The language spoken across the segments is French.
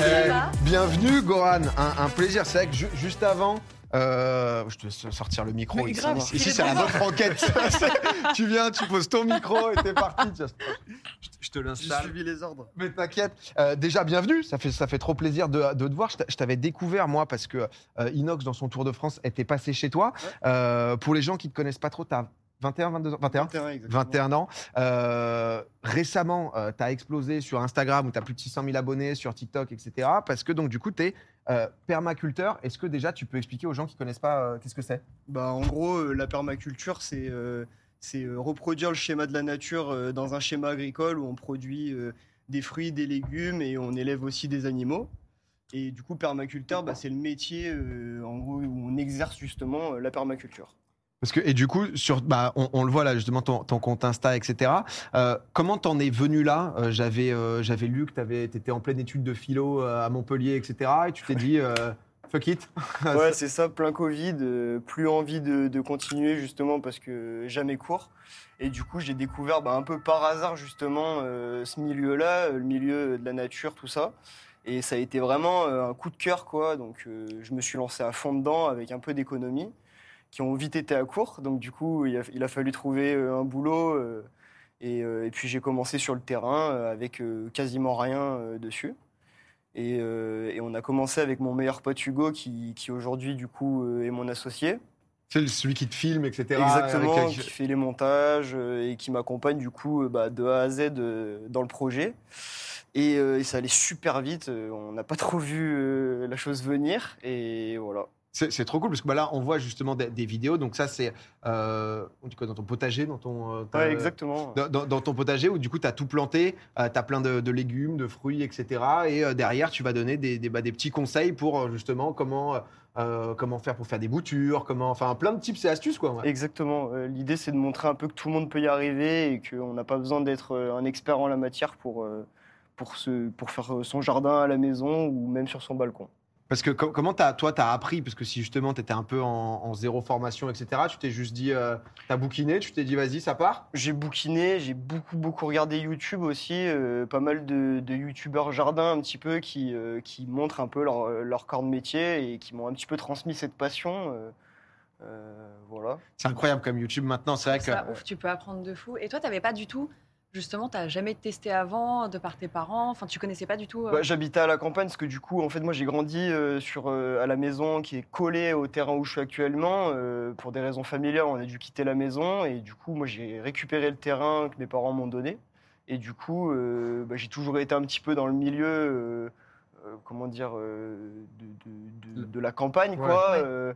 Euh, bienvenue, Goran. Un, un plaisir. C'est vrai que ju- juste avant. euh, je te laisse sortir le micro. Mais ici, grave, ici, il ici, est c'est la présent. bonne franquette. tu viens, tu poses ton micro et t'es parti. Tu vois, je te- Je te l'installe. les ordres. Mais t'inquiète. Euh, déjà, bienvenue. Ça fait, ça fait trop plaisir de, de te voir. Je t'a- Je t'avais découvert, moi, parce que euh, Inox, dans son Tour de France, était passé chez toi. Euh, pour les gens qui ne te connaissent pas trop, t'as 21, 22 ans 21 exactement. 21 ans. Euh, récemment, tu as explosé sur Instagram où tu as plus de 600 000 abonnés, sur TikTok, etc. Parce que donc, du coup, tu es permaculteur. Est-ce que déjà tu peux expliquer aux gens qui connaissent pas euh, qu'est-ce que c'est Bah, en gros, euh, la permaculture, c'est euh, c'est, euh, reproduire le schéma de la nature euh, dans un schéma agricole où on produit euh, des fruits, des légumes et on élève aussi des animaux. Et du coup, permaculteur, bah, c'est le métier euh, en gros, où on exerce justement euh, la permaculture. Parce que, et du coup, sur, bah, on, on le voit là, justement, ton, ton compte Insta, etc. Euh, comment t'en es venu là Euh, J'avais euh, j'avais lu que tu étais en pleine étude de philo euh, à Montpellier, etc. Et tu t'es dit, euh, fuck it. Ouais, c'est ça, plein Covid, euh, plus envie de, de continuer justement parce que jamais court. Et du coup, j'ai découvert bah, un peu par hasard justement euh, ce milieu-là, euh, le milieu de la nature, tout ça. Et ça a été vraiment euh, un coup de cœur, quoi. Donc, euh, je me suis lancé à fond dedans avec un peu d'économie qui ont vite été à court. Donc, du coup, il a, il a fallu trouver euh, un boulot. euh, et, euh, et puis, j'ai commencé sur le terrain euh, avec euh, quasiment rien euh, dessus. Et, euh, et on a commencé avec mon meilleur pote Hugo, qui, qui aujourd'hui, du coup, euh, est mon associé. C'est celui qui te filme, etc. Exactement, Avec- qui fait les montages euh, et qui m'accompagne, du coup, euh, bah, de A à Z euh, dans le projet. Et, euh, et ça allait super vite. euh, On n'a pas trop vu euh, la chose venir. Et voilà. C'est c'est trop cool parce que bah, là, on voit justement des, des vidéos. Donc ça, c'est euh, on dit quoi, dans ton potager, dans ton, euh, ta- Ouais, exactement. Dans, dans- dans ton potager où du coup, tu as tout planté, tu as plein de, de légumes, de fruits, etc. Et euh, derrière, tu vas donner des, des- bah, des petits conseils pour euh, justement comment, euh, comment faire pour faire des boutures, comment, enfin plein de tips et astuces. quoi. ouais. Exactement. Euh, L'idée, c'est de montrer un peu que tout le monde peut y arriver et qu'on n'a pas besoin d'être euh, un expert en la matière pour, euh, pour, se, pour faire euh, son jardin à la maison ou même sur son balcon. Parce que com- comment t'as- toi, tu as appris Parce que si justement, tu étais un peu en, en zéro formation, etc., tu t'es juste dit, tu as bouquiné, tu t'es dit, vas-y, ça part. J'ai bouquiné, j'ai beaucoup beaucoup regardé YouTube aussi, euh, pas mal de, de youtubeurs jardin un petit peu qui, euh, qui montrent un peu leur, euh, leur corps de métier et qui m'ont un petit peu transmis cette passion. euh, euh, voilà. C'est incroyable comme YouTube maintenant. C'est vrai que. Ça, ouf, tu peux apprendre de fou. Et toi, t'avais pas du tout, justement, t'as jamais testé avant, de par tes parents. Enfin, tu connaissais pas du tout. euh, Bah, J'habitais à la campagne parce que du coup, en fait, moi j'ai grandi euh, sur, euh, à la maison qui est collée au terrain où je suis actuellement. Euh, pour des raisons familiales, on a dû quitter la maison et du coup, moi j'ai récupéré le terrain que mes parents m'ont donné. Et du coup, euh, bah, j'ai toujours été un petit peu dans le milieu, euh, euh, comment dire, euh, de, de- de- de la campagne, quoi. Ouais. Euh,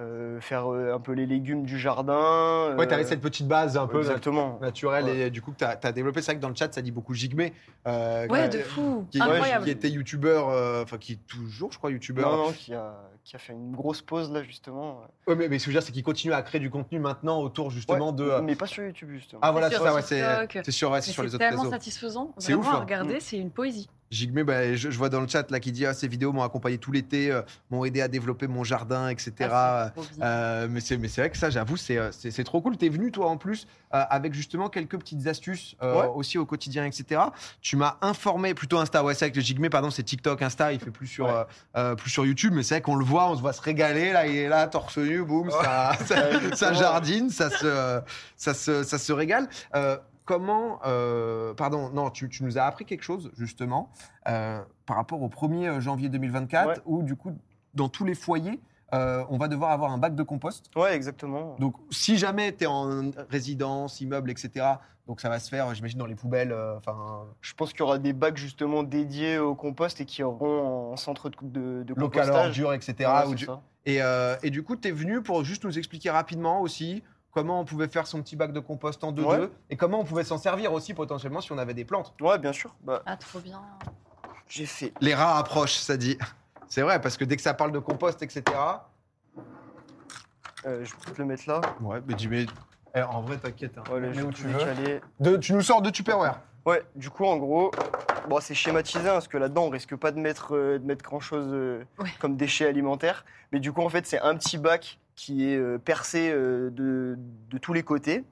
euh, faire euh, un peu les légumes du jardin. Ouais, t'avais euh, cette petite base un peu. là, Exactement. naturel Ouais. et euh, du coup que tu as, développé. C'est vrai que dans le chat, ça dit beaucoup Jigme. euh, Ouais, qui- de fou. Qui, Incroyable. qui était youtubeur, euh, enfin qui est toujours, je crois, youtubeur. Non, non, qui a, qui a fait une grosse pause là justement. Ouais, mais, mais ce que je veux dire, c'est qu'il continue à créer du contenu maintenant autour justement Ouais, de. euh, Mais pas sur YouTube justement. Ah voilà, sur c'est ça, ouais, TikTok. c'est c'est sur, ouais, c'est Mais sur les C'est autres tellement réseaux. satisfaisant. C'est Vraiment, ouf, hein. à regarder, c'est une poésie. Jigme, bah, je, je vois dans le chat là qui dit ah, ces vidéos m'ont accompagné tout l'été, euh, m'ont aidé à développer mon jardin, etc. Ah, c'est trop bien. Euh, mais c'est mais c'est vrai que ça, j'avoue, c'est euh, c'est c'est trop cool. T'es venu toi en plus euh, avec justement quelques petites astuces euh, Ouais. aussi au quotidien, etc. Tu m'as informé plutôt Insta, ouais, c'est vrai que Jigme, pardon, c'est TikTok, Insta, il fait plus sur Ouais. euh, euh, plus sur YouTube, mais c'est vrai qu'on le voit, on se voit se régaler là, il est là torse nu, boum, ça, ça, Oh. ça jardine, ça se ça se ça se régale. Euh, Comment, euh, pardon, non, tu, tu nous as appris quelque chose justement euh, par rapport au 1er janvier 2024 Ouais. où du coup, dans tous les foyers, euh, on va devoir avoir un bac de compost. Ouais, exactement. Donc, si jamais tu es en résidence, immeuble, etc., donc ça va se faire, j'imagine, dans les poubelles. euh, Enfin, Je pense qu'il y aura des bacs justement dédiés au compost et qui auront en centre de, de, de local, compostage. ordure, etc. Ouais, ou c'est du- ça. et, euh, et du coup, tu es venu pour juste nous expliquer rapidement aussi comment on pouvait faire son petit bac de compost en 2-2 Ouais. et comment on pouvait s'en servir aussi potentiellement si on avait des plantes. Ouais, bien sûr. Bah, Ah, trop bien. j'ai fait. Les rats approchent, ça dit. C'est vrai, parce que dès que ça parle de compost, etc. euh, je peux te le mettre là. Ouais, mais dis, mais. Eh, en vrai, t'inquiète. hein. Ouais, là, Mais je où vais tu tout veux. décaler. De- tu nous sors de Tupperware. Ouais, du coup, en gros, bon, c'est schématisé hein, parce que là-dedans, on risque pas de mettre, euh, de mettre grand-chose euh, Ouais. comme déchets alimentaires. Mais du coup, en fait, c'est un petit bac qui est euh, percé euh, de, de tous les côtés.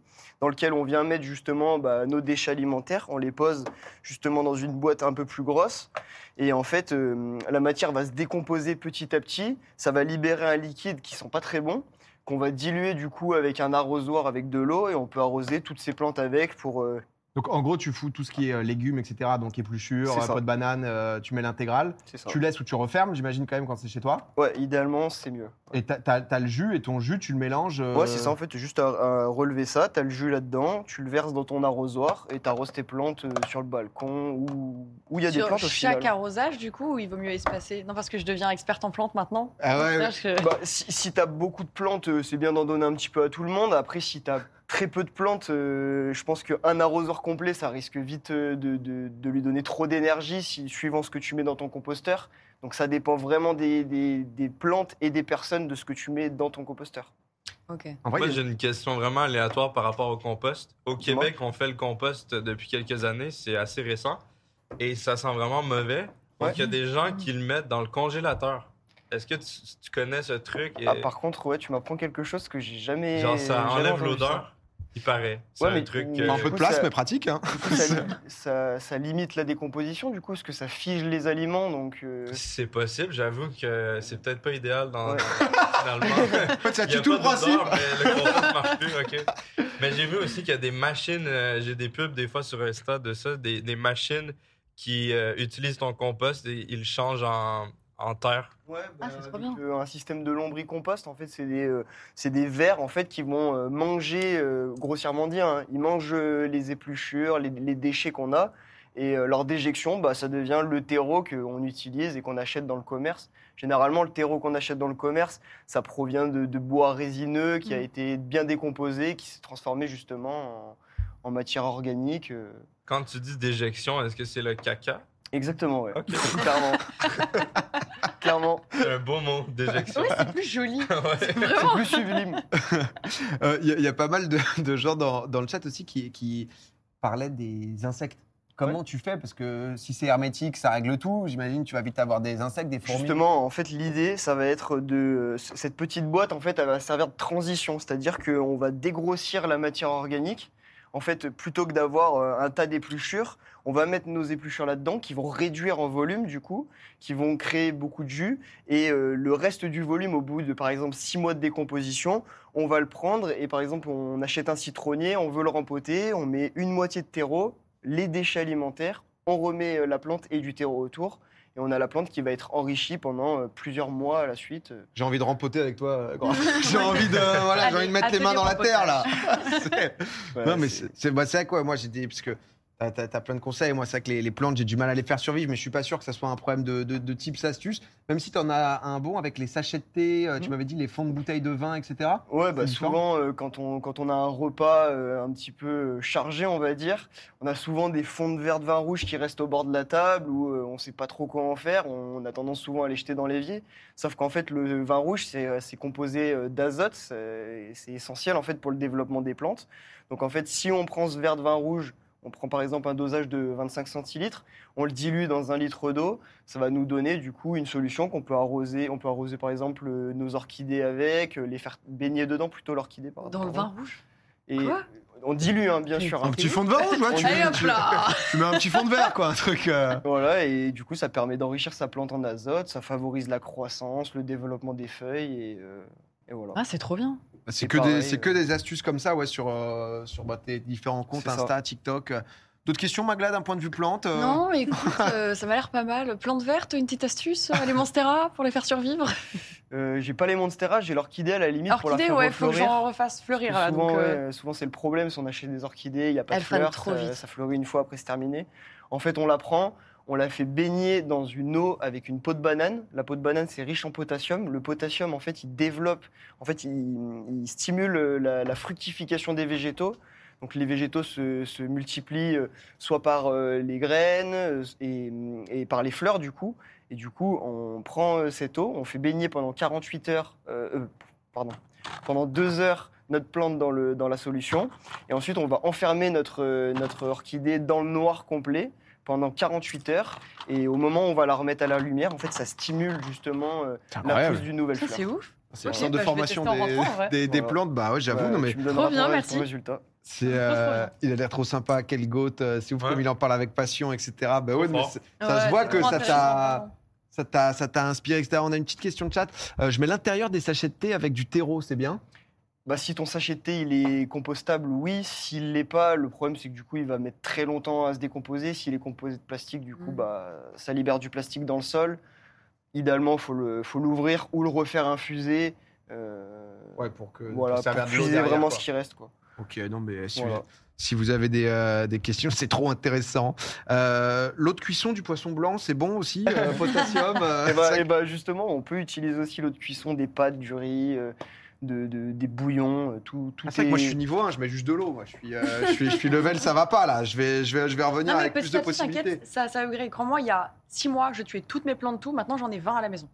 dans lequel on vient mettre justement bah, nos déchets alimentaires. On les pose justement dans une boîte un peu plus grosse. Et en fait, euh, la matière va se décomposer petit à petit. Ça va libérer un liquide qui ne sent pas très bon qu'on va diluer du coup avec un arrosoir avec de l'eau et on peut arroser toutes ces plantes avec pour euh, Donc en gros, tu fous tout ce qui est euh, légumes, etc. Donc épluchures, C'est ça. pot de banane, euh, tu mets l'intégrale. Tu laisses ou tu refermes, j'imagine quand même quand c'est chez toi. Ouais, idéalement, c'est mieux. Et t'as as, le jus et ton jus, tu le mélanges. euh, Ouais, c'est ça en fait, t'as juste à, à relever ça, t'as le jus là-dedans, tu le verses dans ton arrosoir et t'arroses tes plantes euh, sur le balcon ou où il y a des Sur plantes au chaque final. arrosage, du coup, il vaut mieux espacer. Non, parce que je deviens experte en plantes maintenant. Ah ouais, ouais. Parce que- Bah, si si t'as beaucoup de plantes, euh, c'est bien d'en donner un petit peu à tout le monde. Après, si t'as très peu de plantes, euh, je pense qu'un arrosoir complet, ça risque vite euh, de, de- de lui donner trop d'énergie si, suivant ce que tu mets dans ton composteur. Donc ça dépend vraiment des, des- des plantes et des personnes de ce que tu mets dans ton composteur. Ok. En vrai, Moi, il y a- j'ai une question vraiment aléatoire par rapport au compost. Au Québec, on fait le compost depuis quelques années, c'est assez récent, et ça sent vraiment mauvais. Donc, Ouais. il y a des gens qui le mettent dans le congélateur. Est-ce que tu, tu connais ce truc? Et, Ah, par contre, ouais, tu m'apprends quelque chose que j'ai jamais. genre, ça jamais enlève entendu l'odeur, il paraît. C'est Ouais, un mais- truc... mais- euh, un peu de coup, place, ça- mais pratique. hein. ça. Du coup, ça, li- ça- ça limite la décomposition, du coup, parce que ça fige les aliments. Donc, euh, C'est possible, j'avoue que c'est peut-être pas idéal dans, Ouais. finalement. En fait, ça Il y tue a Ah, tout pas le principe. d'odeur, mais le compost marche plus, ok. Mais j'ai vu aussi qu'il y a des machines, euh, j'ai des pubs des fois sur Insta de ça, des, des machines qui euh, utilisent ton compost et ils le changent en, en terre. Ouais, Ah, bah, c'est trop bien. avec, euh, un système de lombricompost, en fait, c'est des, euh, c'est des vers en fait, qui vont euh, manger, euh, grossièrement dire, hein, ils mangent euh, les épluchures, les, les déchets qu'on a, et euh, leur déjection, bah, ça devient le terreau qu'on utilise et qu'on achète dans le commerce. Généralement, le terreau qu'on achète dans le commerce, ça provient de, de bois résineux qui a Mhm. été bien décomposé, qui s'est transformé justement en, en matière organique. euh. Quand tu dis déjection, est-ce que c'est le caca? Exactement, ouais. Ok. Clairement. Clairement. C'est un beau mot, déjection. Ah Ouais, c'est plus joli. Ouais. C'est Vraiment. plus sublime. Euh, Il y, a- il y a pas mal de, de gens dans, dans le chat aussi qui, qui parlaient des insectes. Comment tu fais Parce que si c'est hermétique, ça règle tout. J'imagine tu vas vite avoir des insectes, des fourmis. Justement, en fait, l'idée, ça va être de c- cette petite boîte. En fait, elle va servir de transition, c'est-à-dire qu'on va dégrossir la matière organique. En fait, plutôt que d'avoir euh, un tas d'épluchures, on va mettre nos épluchures là-dedans, qui vont réduire en volume du coup, qui vont créer beaucoup de jus. Et euh, le reste du volume, au bout de par exemple six mois de décomposition, on va le prendre et par exemple, on achète un citronnier, on veut le rempoter, on met une moitié de terreau, les déchets alimentaires, on remet euh, la plante et du terreau autour et on a la plante qui va être enrichie pendant euh, plusieurs mois à la suite. J'ai envie de rempoter avec toi. euh, grand. j'ai envie de voilà, j'ai Allez, envie de mettre les atelier mains dans la terre là. C'est- Ouais, non mais c'est- c'est c'est- bah, c'est à quoi moi j'ai dit parce que t'as as, plein de conseils. Moi c'est vrai que les, les plantes j'ai du mal à les faire survivre, mais je suis pas sûr que ça soit un problème de, de, de type astuce. Même si t'en as un bon avec les sachets de thé, euh, tu Mhm. m'avais dit les fonds de bouteilles de vin, etc. Ouais, bah, C'est différent. souvent, euh, quand, on, quand on a un repas euh, un petit peu euh, chargé, on va dire, on a souvent des fonds de verre de vin rouge qui restent au bord de la table où euh, on sait pas trop quoi en faire. On, on a tendance souvent à les jeter dans l'évier. Sauf qu'en fait, le vin rouge, c'est euh, c'est composé euh, d'azote. C'est c'est essentiel en fait pour le développement des plantes. Donc en fait, si on prend ce verre de vin rouge, on prend par exemple un dosage de 25 centilitres, on le dilue dans un litre d'eau, ça va nous donner du coup une solution qu'on peut arroser. On peut arroser par exemple euh, nos orchidées avec, euh, les faire baigner dedans plutôt l'orchidée par Dans le vin rouge. Et Quoi on dilue hein, bien sûr. Un hein. petit fond de vin rouge, ouais, tu, Allez hop tu- là tu mets un petit fond de verre quoi, un truc. euh, Voilà et du coup ça permet d'enrichir sa plante en azote, ça favorise la croissance, le développement des feuilles et, euh, et voilà. Ah, c'est trop bien. C'est C'est que, des, pareil, c'est euh. que des astuces comme ça, ouais, sur, euh, sur bah, tes différents comptes, C'est ça. Insta, TikTok. euh. D'autres questions, Magla, d'un point de vue plante euh, Non, écoute, euh, ça m'a l'air pas mal. Plante verte, une petite astuce, euh, les monstera pour les faire survivre. Euh, j'ai pas les monstera, j'ai l'orchidée à la limite pour la Orchidée, faire ouais, faut que refleurir. j'en refasse fleurir. Parce Là, que souvent, donc, euh, ouais, souvent, c'est le problème. Si on achète des orchidées, il n'y a pas Elles de fanent fleurs. trop ça, vite. ça fleurit une fois, après c'est terminé. En fait, on la prend, on la fait baigner dans une eau avec une peau de banane. La peau de banane, c'est riche en potassium. Le potassium, en fait, il développe, en fait, il, il stimule euh, la, la fructification des végétaux. Donc les végétaux se, se multiplient euh, soit par euh, les graines euh, et, et par les fleurs du coup. Et du coup, on prend euh, cette eau, on fait baigner pendant 48 heures, euh, euh, pardon, pendant deux heures notre plante dans, le, dans la solution. Et ensuite, on va enfermer notre, euh, notre orchidée dans le noir complet pendant 48 heures. Et au moment où on va la remettre à la lumière, en fait, ça stimule justement euh, C'est la incroyable. pousse d'une nouvelle ça, fleur. c'est ouf. C'est le Ok, centre de bah, je vais formation tester en des, rentrant, en vrai. des, des Voilà. plantes. Bah ouais, j'avoue, Ouais, non mais. Euh, tu me donneras Trop bien, ton- ton merci. résultat. C'est, euh, il a l'air trop sympa, quel goat, euh, c'est ouf Ouais. comme il en parle avec passion, etc. Ben ouais, Trop mais fort. c'est- ça se voit que ça t'a, ça t'a, ça t'a inspiré, etc. On a une petite question de chat. Euh, je mets l'intérieur des sachets de thé avec du terreau, c'est bien Bah, si ton sachet de thé il est compostable, oui. S'il l'est pas, le problème c'est que du coup il va mettre très longtemps à se décomposer. S'il est composé de plastique, du coup Mm. bah, ça libère du plastique dans le sol. Idéalement, faut le, faut l'ouvrir ou le refaire infuser. euh, Ouais, pour que voilà, pour puiser vraiment ce qui reste quoi. Ok, non mais si, Voilà. si vous avez des, euh, des questions, c'est trop intéressant. Euh, l'eau de cuisson du poisson blanc, c'est bon aussi, euh, potassium. euh, Et bah, ça- eh bah, justement, on peut utiliser aussi l'eau de cuisson des pâtes, du riz, euh, de, de- des bouillons, euh, tout, tout Ah, c'est vrai que moi je est- suis niveau 1, je mets juste de l'eau. Moi je suis, euh, je suis, je suis level, ça va pas là. Je vais, je vais, je vais revenir Non, mais avec plus petit de à petit, possibilités. t'inquiète, ça, ça upgrade. Crois-moi, il y a six mois, je tuais toutes mes plantes, tout. Maintenant, j'en ai 20 à la maison.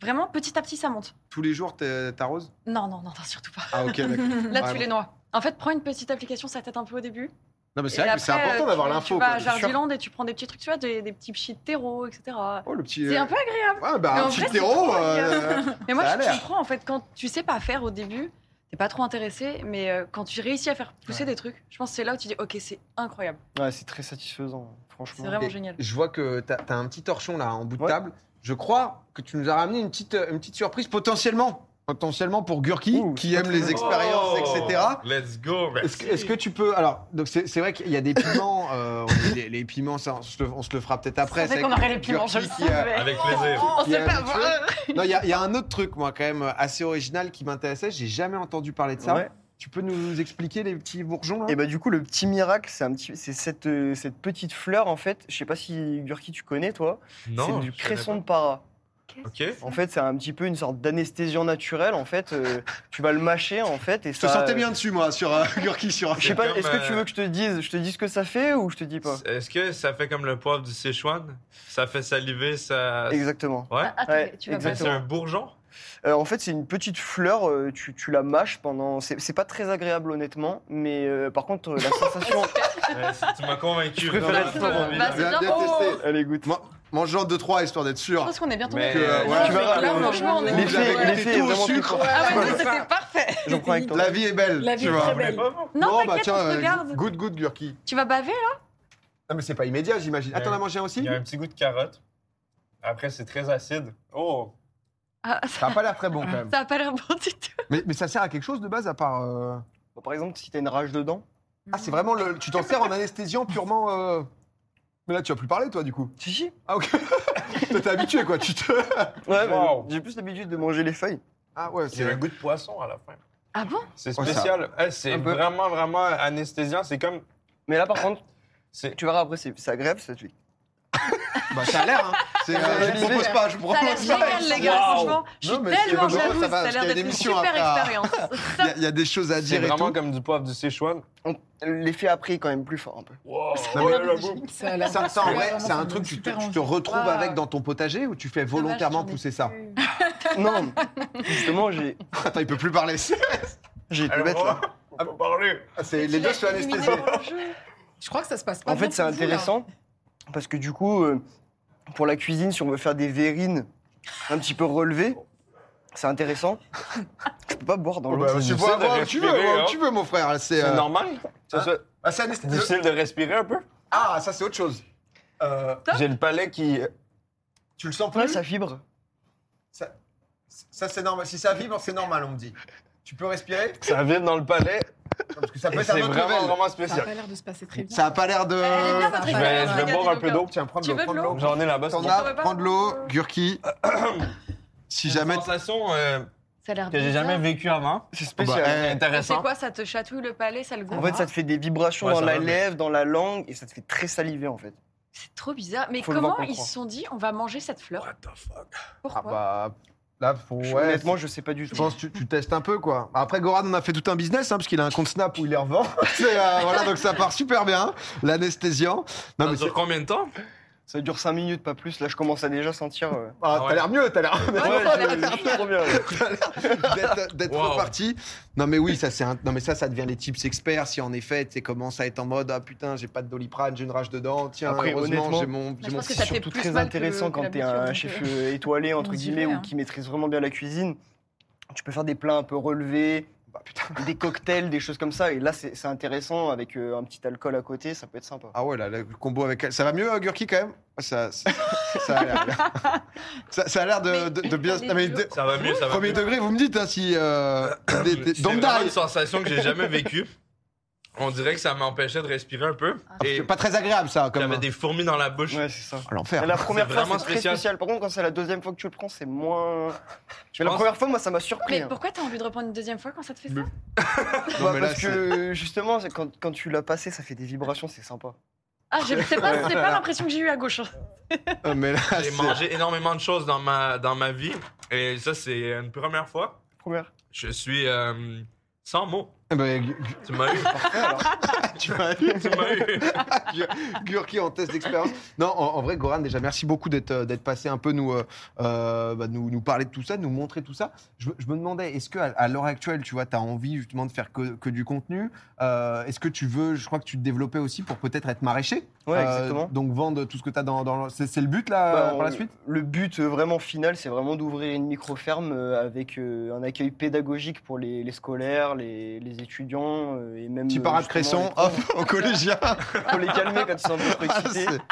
Vraiment, petit à petit, ça monte. Tous les jours, t'es- t'arroses Non, non, non, non, surtout pas. Ah ok, d'accord. Là, Ouais, tu bon. les noies. En fait, prends une petite application, ça t'aide un peu au début. Non mais c'est Et vrai que c'est après, important euh, d'avoir tu- l'info. Tu quoi, vas à c'est sûr. Jardiland et tu prends des petits trucs, tu vois, des, des petits pchis de terreau, etc. Oh le petit. C'est euh, un peu agréable. Ouais, bah, Mais un en petit vrai, c'est terreau. trop euh, Mais moi, Ça a je l'air. comprends, en fait, quand tu sais pas faire au début, t'es pas trop intéressé, mais euh, quand tu réussis à faire pousser Ouais. des trucs, je pense que c'est là où tu dis, ok, c'est incroyable, Ouais, c'est très satisfaisant, c'est franchement. vraiment Et génial. Je vois que tu as, un petit torchon là en bout de Ouais. table. Je crois que tu nous as ramené une petite, euh, une petite surprise potentiellement. Potentiellement pour Gurki, Ouh, qui c'est aime pas les très- expériences, Oh, etc. Let's go, Est-ce que, merci. est-ce que tu peux. Alors, donc c'est c'est vrai qu'il y a des piments. euh, on dit les, les piments, ça, on, se le, on se le fera peut-être après. Je savais C'est qu'on vrai que aurait les piments, je le Gurki qui a- savais. Avec plaisir. On qui est sait pas habitué. voir. Non, il y, a- il y a un autre truc, moi, quand même, assez original qui m'intéressait. J'ai jamais entendu parler de ça. Ouais. Tu peux nous expliquer les petits bourgeons là Et bah du coup le petit miracle c'est un petit c'est cette, euh, cette petite fleur en fait je sais pas si Gurki tu connais toi c'est Non, du je connais cresson de para Ok. en fait c'est un petit peu une sorte d'anesthésian naturel en fait euh, tu vas le mâcher en fait et Je te ça sentais bien dessus, moi, sur euh, Gurki, sur. je sais pas Comme, est-ce que tu euh, veux que je te dise je te dis ce que ça fait ou je te dis pas pas. Est-ce que ça fait comme le poivre du Sichuan Ça fait saliver, ça. exactement Ouais. Ah, attends, Ouais, tu vas Mais pas c'est exactement. un bourgeon Euh, en fait c'est une petite fleur euh, tu, tu la mâches pendant c'est c'est pas très agréable honnêtement mais euh, par contre euh, la sensation Ouais, si tu m'as convaincu. Je préfère vraiment, être j'ai sobre. envie Bah, de- c'est- Bien, bien Oh testé. allez goûte Moi- Mange-en 2-3 histoire d'être Je sûr. pense qu'on est bien tombé. Mais, sur le euh, truc. ouais. Tu verras, Là, le- franchement, on est L'effet- l'effet Ouais. l'effet est est vraiment vraiment sucre très Ah ouais, non, c'était parfait. j'en prends avec toi La vie est belle. La vie tu est vois. très Mais belle. pas bon. Non, Bon, bah, euh, t'inquiète, on te garde. good, good, Gurki. Tu vas baver, là Ah, mais c'est pas immédiat, j'imagine. Attends, Ouais. la manger un aussi Il y a un petit goût de carotte. Après, c'est très acide. Oh! Ah, Ça Ça a pas l'air très bon, quand même. ça a pas l'air bon du tout. Mais, mais ça sert à quelque chose de base, à part. euh, Bah, par exemple si t'as une rage dedans Ah, c'est vraiment. Le... Tu t'en sers en anesthésiant purement. euh, Mais là, tu vas plus parler, toi, du coup. si si Ah, ok. Toi, T'es habitué, quoi. Tu te. Ouais, mais Wow. j'ai plus l'habitude de manger les feuilles. Ah, ouais, C'est un goût de poisson à la fin. Ah bon C'est Ouais, ça- spécial. Eh, c'est un peu. vraiment, vraiment anesthésiant. C'est comme. Mais là, par contre, c'est- tu verras après, c'est ça grève, ça te fait. Bah, ça a l'air, hein. C'est, euh, je vous propose pas, je vous Ça a l'air propose pas. génial, les gars, Wow. franchement. Je Non, suis mais tellement c'est bon, ça jalouse, va, ça parce qu'il a y a l'air d'être des une missions super après expérience. Il y a- il y, a des choses à C'est dire et vraiment tout. comme du poivre du Sichuan. L'effet après est quand même plus fort un peu. Non, Wow! mais- Ouais, le goût. Ça, a l'air- Ça, ça, en vrai, vraiment, c'est un ça truc, donne tu te, super tu te envie. retrouves Ouais. avec dans ton potager ou tu fais volontairement pousser ça Non, justement, j'ai Attends, il peut plus parler. j'ai été Alors, bête là. on peut parler. Ah, C'est- les deux sont anesthésiés. Je crois que ça se passe pas. En bien fait, c'est pour vous, là. intéressant parce que du coup, euh, pour la cuisine, si on veut faire des verrines un petit peu relevées, c'est intéressant. Je peux pas boire dans Oh, l'eau. bah, c'est tu vois, difficile de moi, tu veux, respirer, moi, hein. tu veux, mon frère. C'est C'est euh, normal? Ça, hein? ça- ah, c'est anesthésié. Difficile de respirer un peu? Ah, ça, c'est autre chose. Euh, Top. J'ai le palais qui. tu le sens plus Ouais, ça fibre. Ça, ça, c'est normal. Si ça vibre, c'est normal, on me dit. Tu peux respirer Ça vibre dans le palais. Parce que ça peut et être un C'est autre vraiment, level. vraiment Ça a spécial. pas l'air de se passer très bien. Ça a pas l'air de. Elle est bien, votre Je vais, je vais boire un peu d'eau. Tiens, prends de Tu l'eau. veux de prends de l'eau l'eau. J'en ai là-bas. c'est T'en bon. On as, peut pas prends de l'eau, Gurki. si jamais. Une sensation euh, Ça a l'air que j'ai bizarre. jamais vécue avant. C'est Bah, spécial. eh, C'est Intéressant. quoi Ça te chatouille le palais, ça le goûte En fait, ça te fait des vibrations Ouais, dans ça la va, mais- lèvre, dans la langue, et ça te fait très saliver en fait. C'est trop bizarre. Mais Faut le comment voir pour le ils croire. se sont dit on va manger cette fleur What the fuck? Pourquoi Ah bah. Là, faut. Je- Ouais, Honnêtement, je sais pas du Je tout. pense que tu, tu testes un peu quoi. Après Goran on a fait tout un business hein, parce qu'il a un compte Snap où il les revend. C'est, euh, voilà donc ça part super bien. L'anesthésiant. Non mais Ça c'est- dure combien de temps? Ça dure 5 minutes, pas plus. Là, je commence à déjà sentir. euh, Ah, Ah t'as ouais. l'air mieux, t'as l'air trop bien. d'être, euh, d'être Wow. reparti. Non mais oui ça c'est un... non mais ça ça devient les tips experts si en effet tu sais, commences à être en mode ah putain j'ai pas de doliprane j'ai une rage dedans tiens Après, heureusement honnêtement, j'ai mon je j'ai mon pense que petit ça sur- fait Surtout plus très mal que- intéressant que quand t'es un l'habitude, donc, chef euh, étoilé, entre on dirait, guillemets, ou hein. qui maîtrise vraiment bien la cuisine. Tu peux faire des plats un peu relevés, Bah putain. des cocktails, des choses comme ça. Et là, c'est c'est intéressant avec euh, un petit alcool à côté, ça peut être sympa. Ah ouais, là, le combo avec elle. Ça va mieux, euh, Gurki, quand même ça, ça, ça a l'air bien. Ça, ça a l'air de, de- de bien. Mais- non, mais de- Ça va mieux, ça va premier mieux. degré, vous me dites hein, si. Euh, des- des- C'est don't vraiment une die. sensation que j'ai jamais vécue. On dirait que ça m'empêchait de respirer un peu. Ah, Et C'est pas très agréable, ça, comme. j'avais des fourmis dans la bouche. Ouais, c'est ça. Ah, L'enfer. Et la première fois, vraiment c'est très spécial. spécial. Par contre, quand c'est la deuxième fois que tu le prends, c'est moins. Mais la pense- première fois, moi, ça m'a surpris. Mais hein. pourquoi t'as envie de reprendre une deuxième fois quand ça te fait ça Mais- Bah, Non, mais là, parce que justement, c'est quand, quand tu l'as passé, ça fait des vibrations, c'est sympa. Ah, j'ai- c'est Ouais. pas, c'est pas l'impression que j'ai eu à gauche. c'est- euh, mais là, J'ai c'est- mangé énormément de choses dans ma, dans ma vie. Et ça, c'est une première fois. Première. Je suis euh, sans mots. Eh ben, Gu- Gu- Tu m'as eu. Parfait, alors. tu m'as- Tu m'as eu. Gurki en test d'expérience. Non, en, en vrai, Goran, déjà, merci beaucoup d'être euh, d'être passé un peu nous, euh, euh, bah, nous, nous parler de tout ça, nous montrer tout ça. Je, me- je me demandais, est-ce que à, à l'heure actuelle, tu vois, tu as envie justement de faire que, que du contenu Euh, Est-ce que tu veux, je crois que tu te développais aussi pour peut-être être maraîcher Ouais, Euh, exactement. donc vendre tout ce que tu as dans. dans le- c'est c'est le but là Bah, euh, pour la on- suite Le but euh, vraiment final, c'est vraiment d'ouvrir une micro-ferme euh, avec euh, un accueil pédagogique pour les, les scolaires, les, les étudiants euh, et même. Petit euh, parade justement, cresson, hop, au collégien. les- Pour les calmer quand ils sont un peu trop Ah, excités. c'est-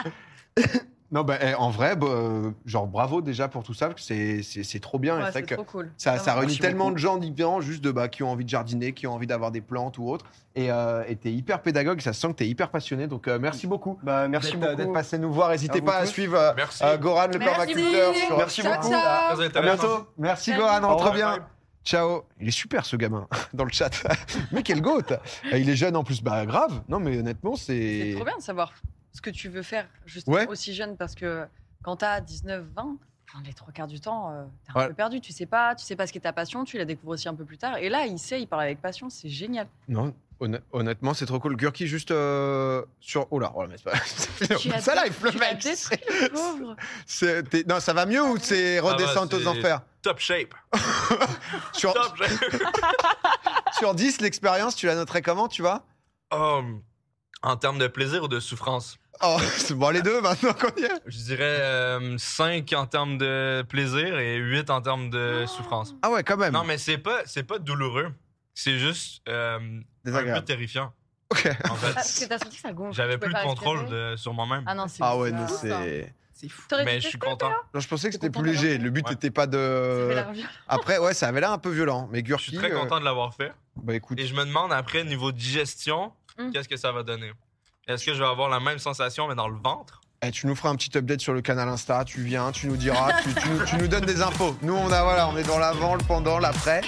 non, bah, eh, en vrai, bah, euh, genre bravo déjà pour tout ça, parce que c'est- c'est c'est trop bien. et Ouais, c'est vrai c'est que trop cool. Ça, ça Vraiment. réunit Merci tellement beaucoup. de gens différents, juste de, bah, qui ont envie de jardiner, qui ont envie d'avoir des plantes ou autre. Et euh, et t'es hyper pédagogue, ça se sent que t'es hyper passionné. Donc euh, merci beaucoup. Bah, merci d'être, euh, d'être beaucoup. passé nous voir. N'hésitez vous pas à tous. suivre euh, Merci. euh, Goran le permaculteur. Sur... Merci ciao, beaucoup. ciao. Très À intéressant. bientôt. Merci Salut. Goran, Au rentre revoir. bien. Ciao. Il est super ce gamin dans le chat. mais quel goat Euh, Il est jeune en plus. Bah grave. Non mais honnêtement C'est c'est. trop bien de savoir ce que tu veux faire justement Ouais. aussi jeune parce que quand t'as 19, 20, enfin, les trois quarts du temps, euh, t'es un Ouais. peu perdu. Tu sais pas, tu sais pas ce qu'est ta passion. Tu la découvres aussi un peu plus tard. Et là, il sait, il parle avec passion. C'est génial. Non. honn- Honnêtement, c'est trop cool. Gurki, juste euh, sur. Oh là, oh là, mais c'est Tu pas. as ça dé- live, le tu l'as mec. détruit, le pauvre. C'est- t'es- Non, ça va mieux ou c'est bah, redescente aux c'est- enfers Top shape. sur, Top shape. sur 10, l'expérience, tu la noterais comment, tu vois Um, en termes de plaisir ou de souffrance, oh, c'est Bon, les deux, maintenant qu'on y est. je dirais 5 en termes de plaisir et 8 en termes de souffrance. Ah ouais, quand même. Non, mais c'est pas, c'est pas douloureux. C'est juste euh, un peu Désagréable. terrifiant. Ok. En Ah, fait, Parce que t'as senti que ça gonfle. j'avais tu pouvais plus le pas contrôle respirer. de- sur moi-même. Ah non, c'est. Ah ouais, bizarre. non, ça. c'est. C'est fou. T'aurais Mais dû je suis tester, content. Théo Non, je pensais que T'es c'était plus content d'avoir léger. fait Le but Ouais. n'était pas Ça fait de. la revue. Après, ouais, ça avait l'air un peu violent. Mais Je Gurki. suis très euh, content de l'avoir fait. Bah écoute. Et je me demande après, niveau digestion, Mm. qu'est-ce que ça va donner? Est-ce que je vais avoir la même sensation, mais dans le ventre? Eh, tu nous feras un petit update sur le canal Insta, tu viens, tu nous diras, tu, tu nous- tu nous donnes des infos. Nous, on a voilà, on est dans l'avant, le pendant, l'après.